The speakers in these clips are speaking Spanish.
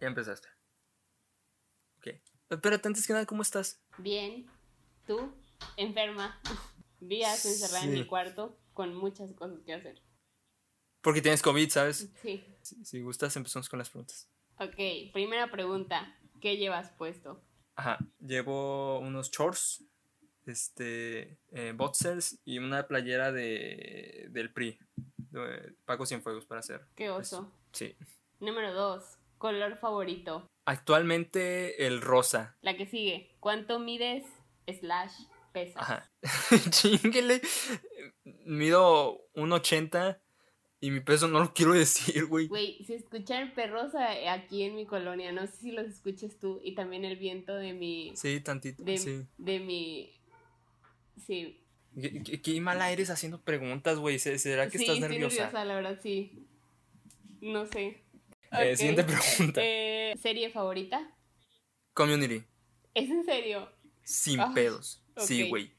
Ya empezaste. Ok. Pero antes que nada, ¿cómo estás? Bien, tú, enferma, días encerrada en Sí. mi cuarto con muchas cosas que hacer. Porque tienes COVID, ¿sabes? Sí. Si, si gustas, empezamos con las preguntas. Ok, primera pregunta. ¿Qué llevas puesto? Ajá. Llevo unos shorts, este, eh, boxers y una playera de, del PRI, de Paco Cienfuegos, para hacer. Qué oso. Sí. Número dos. Color favorito. Actualmente el rosa. La que sigue. ¿Cuánto mides? Slash pesas. Ajá. Chinguele. Mido 1.80 y mi peso no lo quiero decir, güey. Güey, se escuchan perros a- aquí en mi colonia. No sé si los escuches tú y también el viento de mi. Sí, tantito. De, Sí. de mi. Sí. ¿Qué, qué- qué mala eres haciendo preguntas, güey. ¿Se- ¿Será que sí, estás estoy nerviosa? nerviosa, la verdad, sí. No sé. Eh, Ok. Siguiente pregunta. Eh, ¿Serie favorita? Community. ¿Es en serio? Sin Ah, pedos. Sí, ok. güey.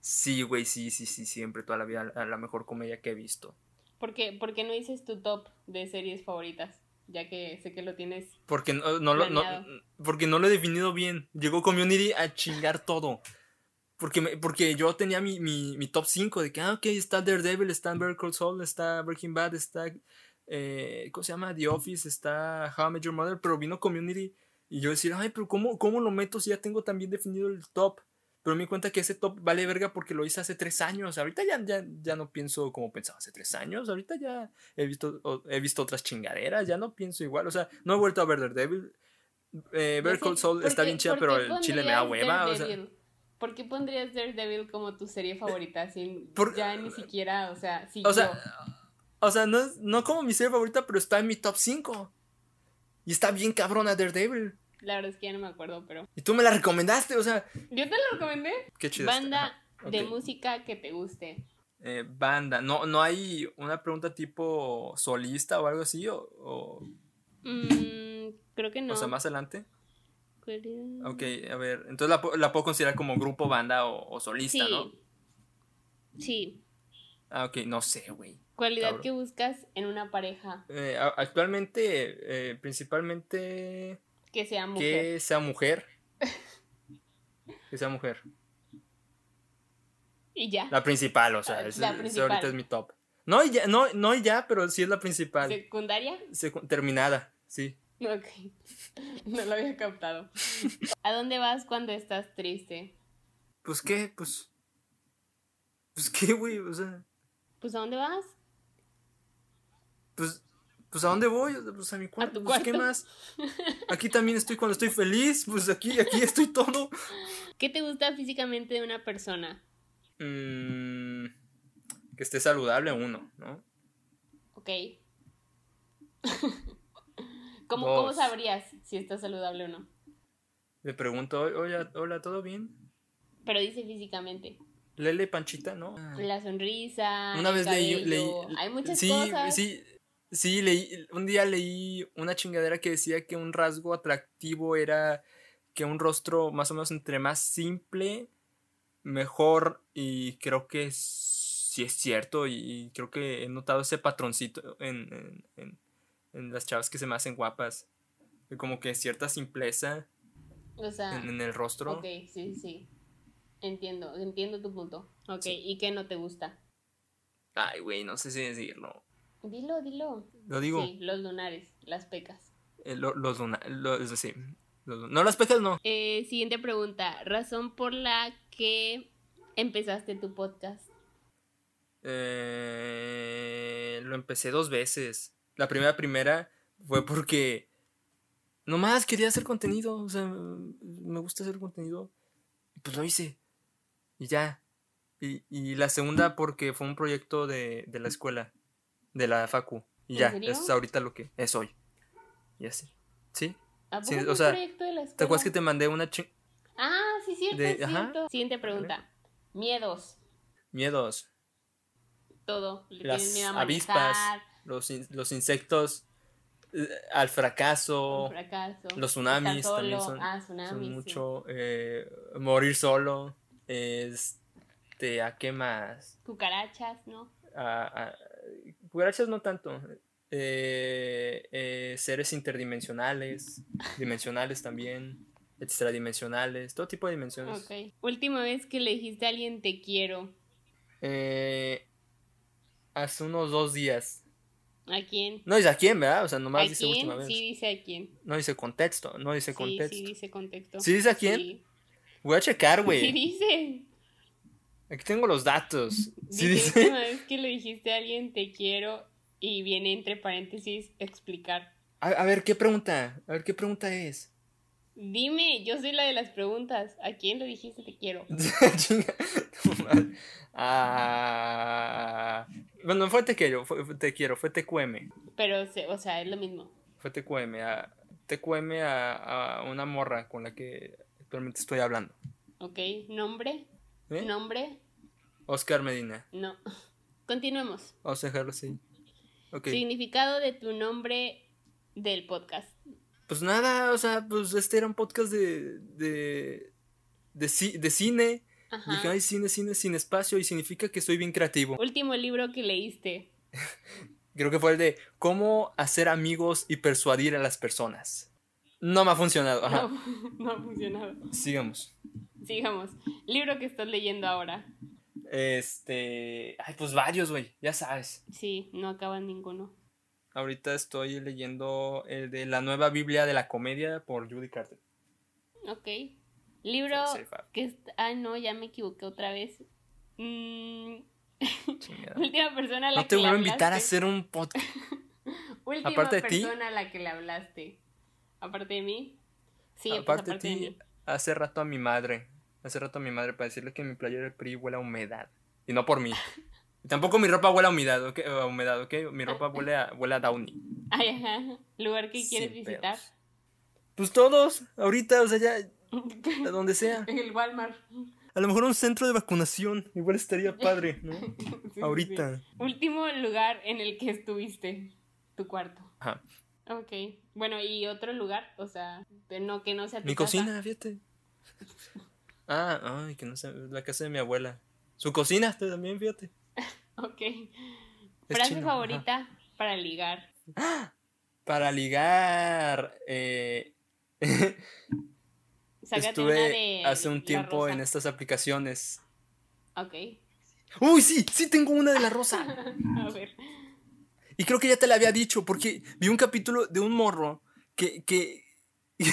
Sí, güey, sí, sí, sí, siempre, toda la vida, la, la mejor comedia que he visto. ¿Por qué, por qué no dices tu top de series favoritas? Ya que sé que lo tienes. Porque no, no lo, no- Planeado. porque no lo he definido bien. Llegó Community a chingar todo. Porque, me- porque yo tenía mi, mi, mi top 5 de que, ah, ok, está Daredevil, está Better Call Saul, está Breaking Bad, está, eh, ¿cómo se llama? The Office, está How I Met Your Mother, pero vino Community y yo decir, ay, pero ¿cómo, cómo lo meto si ya tengo también definido el top? Pero me di cuenta que ese top vale verga porque lo hice hace tres años. Ahorita ya, ya, ya no pienso como pensaba hace tres años. Ahorita ya he visto, o- he visto otras chingaderas. Ya no pienso igual. O sea, no he vuelto a ver Daredevil. Eh, Better Call Saul está bien chida, pero el chile me da hueva. O sea, ¿Por qué pondrías Daredevil como tu serie favorita sin Por- ya ni siquiera, o sea, si o yo- sea, o sea, no, es- no como mi serie favorita, pero está en mi top 5. Y está bien cabrona Daredevil. la verdad es que ya no me acuerdo, pero Y tú me la recomendaste, o sea, yo te lo recomendé. qué chida. está. Banda Ajá, de ok. música que te guste. Eh, banda, no, no hay una pregunta tipo solista o algo así, o, o, o Mm, creo que no. sea, más adelante. ¿Cuál era? Ok, a ver, entonces la, po- la puedo considerar como grupo, banda o, o Sí. solista, ¿no? Sí. Ah, ok, no sé, güey. Cualidad Cabrón. que buscas en una pareja Eh, a- actualmente, eh, principalmente que sea mujer. que sea mujer. Que sea mujer. Y ya. La principal, o sea, Ah, La esa- esa principal. ahorita es mi top. No, y ya, no, no y ya, pero sí es la principal. ¿Secundaria? Secu- terminada, sí. Ok. No lo había captado. ¿A dónde vas cuando estás triste? Pues qué, pues. Pues qué, güey, o sea. Pues ¿a dónde vas? pues, pues ¿a dónde voy? O sea, Pues a mi cuarto. tu pues, ¿Qué cuarto. más? Aquí también estoy cuando estoy feliz, pues aquí, aquí estoy todo. ¿Qué te gusta físicamente de una persona? Mm, que esté saludable uno, ¿no? Ok. ¿Cómo, Dos. ¿Cómo sabrías si estás saludable o no? Le pregunto, hola, hola, ¿todo bien? Pero dice físicamente. Lele Panchita, ¿no? La sonrisa. Una el vez leí, cabello. leí- Hay muchas sí, cosas. Sí, sí, leí, un día leí una chingadera que decía que un rasgo atractivo era que un rostro más o menos entre más simple, mejor, y creo que sí es cierto, y, y creo que he notado ese patroncito en, en- en- en las chavas que se me hacen guapas, que como que cierta simpleza O sea, en, en el rostro. Ah, ok, sí, sí. Entiendo, entiendo tu punto. Ok, Sí. ¿y qué no te gusta? Ay, güey, no sé si decirlo. Dilo, dilo. Lo digo, Sí, los lunares, las pecas. eh, lo- los luna- los- sí, los luna- no las pecas no. Eh, siguiente pregunta. Razón por la que empezaste tu podcast. Eh, lo empecé dos veces. La primera, primera fue porque nomás quería hacer contenido. O sea, me gusta hacer contenido. Y pues lo hice. Y ya. Y, y la segunda porque fue un proyecto de, de la escuela, de la Facu. Y ¿En ya, serio? eso es ahorita lo que es hoy. Y así. ¿Sí? ¿A Sí, poco fue o sea, proyecto de la ¿Te acuerdas que escuela? te mandé una ching... Ah, sí, cierto, de- es ajá. cierto. Siguiente pregunta. Miedos. Miedos? Todo. Le Las tienen miedo a avispas. manejar, Los, in- los insectos eh, al fracaso. al fracaso. los tsunamis estar también solo. son- ah, son tsunamis, sí. mucho eh, morir solo este a qué más Cucarachas, ¿no? a, a- cucarachas no tanto eh, eh, seres interdimensionales, dimensionales también, extradimensionales, todo tipo de dimensiones. Ok. Última vez que le dijiste a alguien te quiero. Eh, hace unos dos días. ¿A quién? No dice a quién, ¿verdad? O sea, ¿A nomás dice última quién? vez. Sí dice a quién. No dice contexto, no dice Sí, contexto. sí dice contexto. ¿Sí dice a quién? Pues. Sí, Voy a checar, Sí güey. dice. Aquí tengo los datos. Dice, Sí "La dice. última vez que le dijiste a alguien te quiero y viene entre paréntesis explicar. A, a ver, ¿qué pregunta? A ver, ¿qué pregunta es? Dime, yo soy la de las preguntas. ¿A quién le dijiste te quiero? Chinga, tu madre. Ah, bueno, no fue te quiero, fue, fue te quiero, fue TQM. Pero, se- o sea, es lo mismo. Fue TQM. A, TQM a, a una morra con la que actualmente estoy hablando. ¿Ok? ¿Nombre? ¿Eh? ¿Nombre? Oscar Medina. No. Continuemos. Vamos a dejarlo así. Ok. Significado de tu nombre del podcast. Pues nada, o sea, pues este era un podcast de. de. de, ci- de cine. Dije, Ajá. ay, cine, cine, sin espacio. Y significa que soy bien creativo. Último libro que leíste. Creo que fue el de cómo hacer amigos y persuadir a las personas. No me ha funcionado. No, Ajá. no ha funcionado. Sigamos. Sigamos. Libro que estás leyendo ahora. Este. Ay, pues varios, güey. Ya sabes. Sí, no acaba ninguno. Ahorita estoy leyendo el de La nueva Biblia de la comedia por Judy Carter. Ok. Libro Sí, fa- que... est- Ah, no, ya me equivoqué otra vez. Mm, chingada. última persona a la No te que le voy a invitar a hablaste. hacer un podcast. Última Aparte de ti. persona a la que le hablaste. Aparte de mí. Sí, pues, Aparte de de ti, mí. hace rato a mi madre. Hace rato a mi madre para decirle que mi playera del PRI huele a humedad. Y no por mí. Y tampoco mi ropa huele a humedad, ¿ok? A humedad, ¿ok? Mi ropa huele a, huele a Downy. Ay, ajá. Lugar que Sin quieres visitar. Pues todos, ahorita, o sea, ya, a donde sea. El Walmart. A lo mejor un centro de vacunación, igual estaría padre, ¿no? Sí, sí, sí. Ahorita. Último lugar en el que estuviste. Tu cuarto. Ajá. Ok. Bueno, y otro lugar, o sea, de- no que no sea tu Mi casa. cocina, fíjate. Ah, ay, que no sé, la casa de mi abuela. Su cocina este, también, fíjate. Ok. Es Frase chino, ajá. favorita para ligar. Para ligar, eh, Sácate una estuve de hace un La tiempo Rosa. en estas aplicaciones. Ok. Uy, sí, sí tengo una de la rosa. A ver. Y creo que ya te la había dicho, porque vi un capítulo de un morro que, que,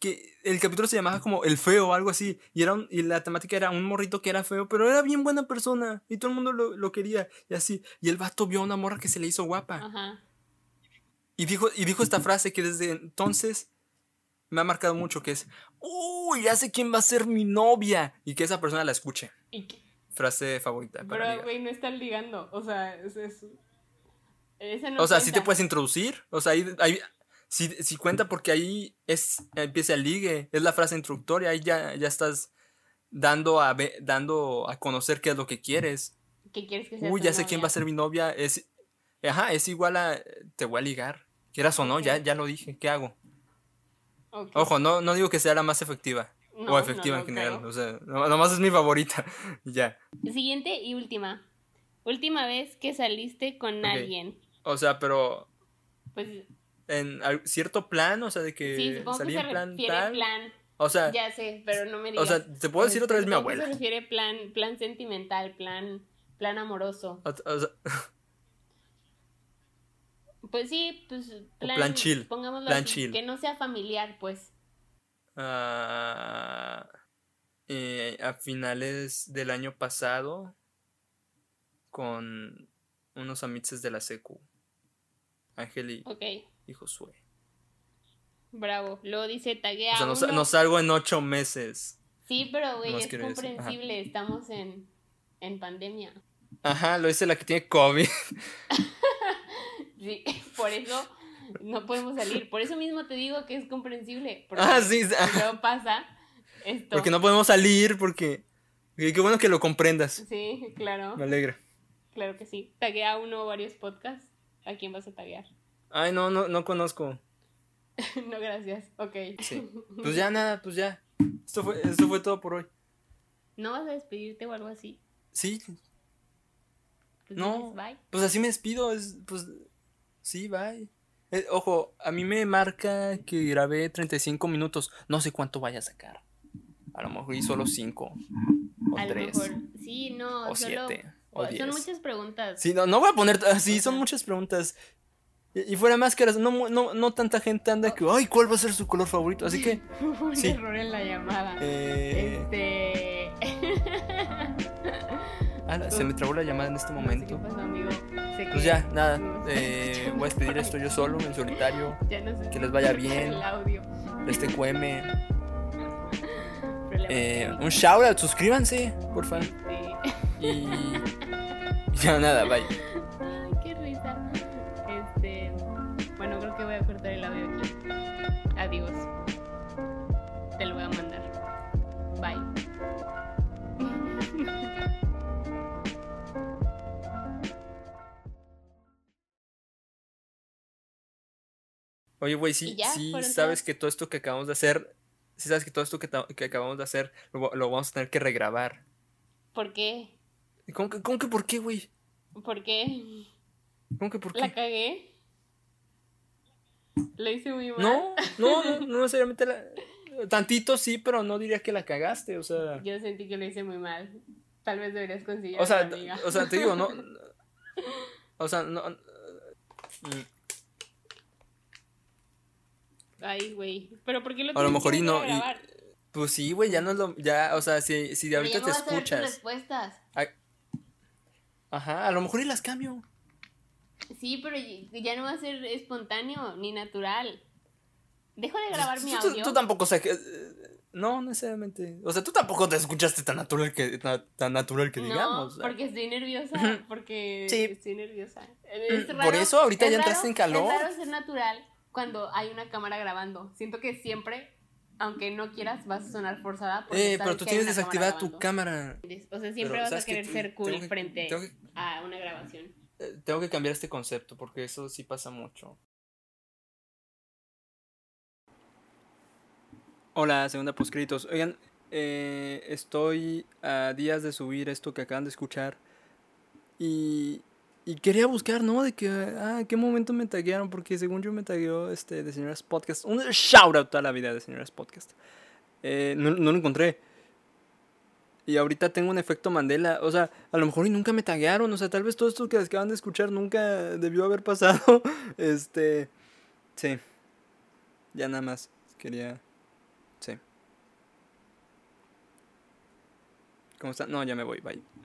que el capítulo se llamaba como El Feo o algo así. Y, era un- y la temática era un morrito que era feo, pero era bien buena persona. Y todo el mundo lo, lo quería. Y así. Y el vato vio a una morra que se le hizo guapa. Ajá. Y dijo, y dijo esta frase que desde entonces me ha marcado mucho, que es, uy, ya sé quién va a ser mi novia. Y que esa persona la escuche. ¿Y qué? Frase favorita. para Pero, ligar. güey, no están ligando. O sea, es. es... Esa no O sea, sí te cuenta. puedes introducir. O sea, ahí, ahí- sí, sí cuenta porque ahí es, empieza el ligue. Es la frase introductoria. Ahí ya, ya estás dando a, ve- dando a conocer qué es lo que quieres. ¿Qué quieres que sea? Uy, tu ya sé quién novia? va a ser mi novia. Es, ajá, es igual a. eh, Te voy a ligar. Quieras o no, ya, ya lo dije. ¿Qué hago? Ok. Ojo, no, no digo que sea la más efectiva. No, o no, efectiva no en general. creo. O sea, no- nomás es mi favorita. ya. Siguiente y última. Última vez que saliste con Ok. alguien. O sea, pero. Pues En al- cierto plan, o sea, de que sí, supongo que Eh, salí se en plan refiere tal. plan. O sea, Ya sé, pero no me O digas. Pues, sea, te puedo decir otra vez mi Supongo que abuela. Este, Se refiere plan, plan sentimental, plan, plan amoroso. O- o sea, Pues sí, pues plan, plan chill, Pongámoslo plan así, chill. Que no sea familiar, pues. ah, eh, a finales del año pasado con unos amiches de la secu. Ángel y, Ok, y Josué. bravo. Luego dice taguea. O sea, no, sa- uno. no salgo en ocho meses. Sí, pero güey, Más es quiero decir, ajá. comprensible. Estamos en, en pandemia. Ajá, lo dice la que tiene COVID. Sí, por eso no podemos salir. Por eso mismo te digo que es comprensible. Porque Ah, sí. sí, y luego pasa esto. Porque no podemos salir, porque. y Qué bueno que lo comprendas. Sí, claro. Me alegra. Claro que sí. Taguea uno o varios podcasts. ¿A quién vas a taguear? Ay, no, no, no conozco. no, gracias. Ok. Sí. Pues ya nada, pues ya. Esto fue, esto fue todo por hoy. ¿No vas a despedirte o algo así? Sí, Pues No. dices bye. Pues así me despido, es, pues Sí, bye. Eh, ojo, a mí me marca que grabé 35 minutos. No sé cuánto vaya a sacar. A lo mejor y solo 5 o a lo 3 mejor. Sí, no, o solo. 7 o Son 10. muchas preguntas. Sí, no, no voy a poner. ah, Sí, son Ajá. muchas preguntas. Y y fuera máscaras, no, mu- no, no tanta gente anda que, ay, ¿cuál va a ser su color favorito? Así que, Hubo un sí. error en la llamada. eh, Este. ala, se me trabó la llamada en este No sé momento. ¿Qué pasó, amigo? Se Pues que- ya, nada, no sé. eh, voy a despedir esto yo solo, en solitario. Ya no sé que les vaya cómo bien. El audio. Este QM. Problemas Eh, técnicos. un shoutout, suscríbanse, por favor. Sí. Y. Ya nada, bye. Ay, qué risa. Este. Bueno, creo que voy a cortar el audio aquí. Adiós. Te lo voy a mandar. Bye. Oye, güey, ¿Y sí, ya? sí ¿Fueron sabes todas? que todo esto que acabamos de hacer. Sí sabes que todo esto que, ta- que acabamos de hacer lo, va- lo vamos a tener que regrabar. ¿Por qué? ¿Cómo que, cómo que por qué, güey? ¿Por qué? ¿Cómo que por qué? ¿La cagué? ¿Lo hice muy mal? No, no, no, no necesariamente la. Tantito sí, pero no diría que la cagaste, o sea. Yo sentí que lo hice muy mal. Tal vez deberías conseguir O sea, otra amiga. o sea, te digo, no. O sea, no. mm, Ay, güey. Pero ¿por qué lo A lo tienes mejor que y no, volver a y- grabar? Pues sí, güey, ya no es lo. Ya, o sea, si, si de Pero ahorita ya no te vas a ver tus escuchas. respuestas. Ajá, a lo mejor y las cambio. Sí, pero y- ya no va a ser espontáneo ni natural. Dejo de Pues, grabar tú- mi tú- audio. Tú, tampoco, o sea, que, eh, no necesariamente. O sea, tú tampoco te escuchaste tan natural que, tan, tan natural que no, digamos. o sea. porque estoy nerviosa. Ujú. Porque Sí. Mm, estoy nerviosa. Es Por raro- eso ahorita es ya entraste raro- en calor. Es raro ser natural cuando hay una cámara grabando. Siento que siempre, aunque no quieras, vas a sonar forzada. porque eh, sabes pero tú que hay tienes una cámara desactivada grabando. tu cámara. O sea, siempre Pero, vas a ¿sabes qué? querer Tú- ser cool tengo que- frente tengo que- a una grabación. eh, tengo que cambiar este concepto porque eso sí pasa mucho. Hola, segunda poscritos. Oigan, eh, estoy a días de subir esto que acaban de escuchar y, y quería buscar, ¿no? De que, ah, ¿en qué momento me taguearon? Porque según yo me tagueó este, de Señoras Podcast. Un shoutout a la vida de Señoras Podcast. Eh, no, no lo encontré. Y ahorita tengo un efecto Mandela. O sea, a lo mejor y nunca me taguearon. O sea, tal vez todo esto que acaban de escuchar nunca debió haber pasado. Este. Sí. Ya nada más. Quería. Sí. ¿Cómo está? No, ya me voy. Bye.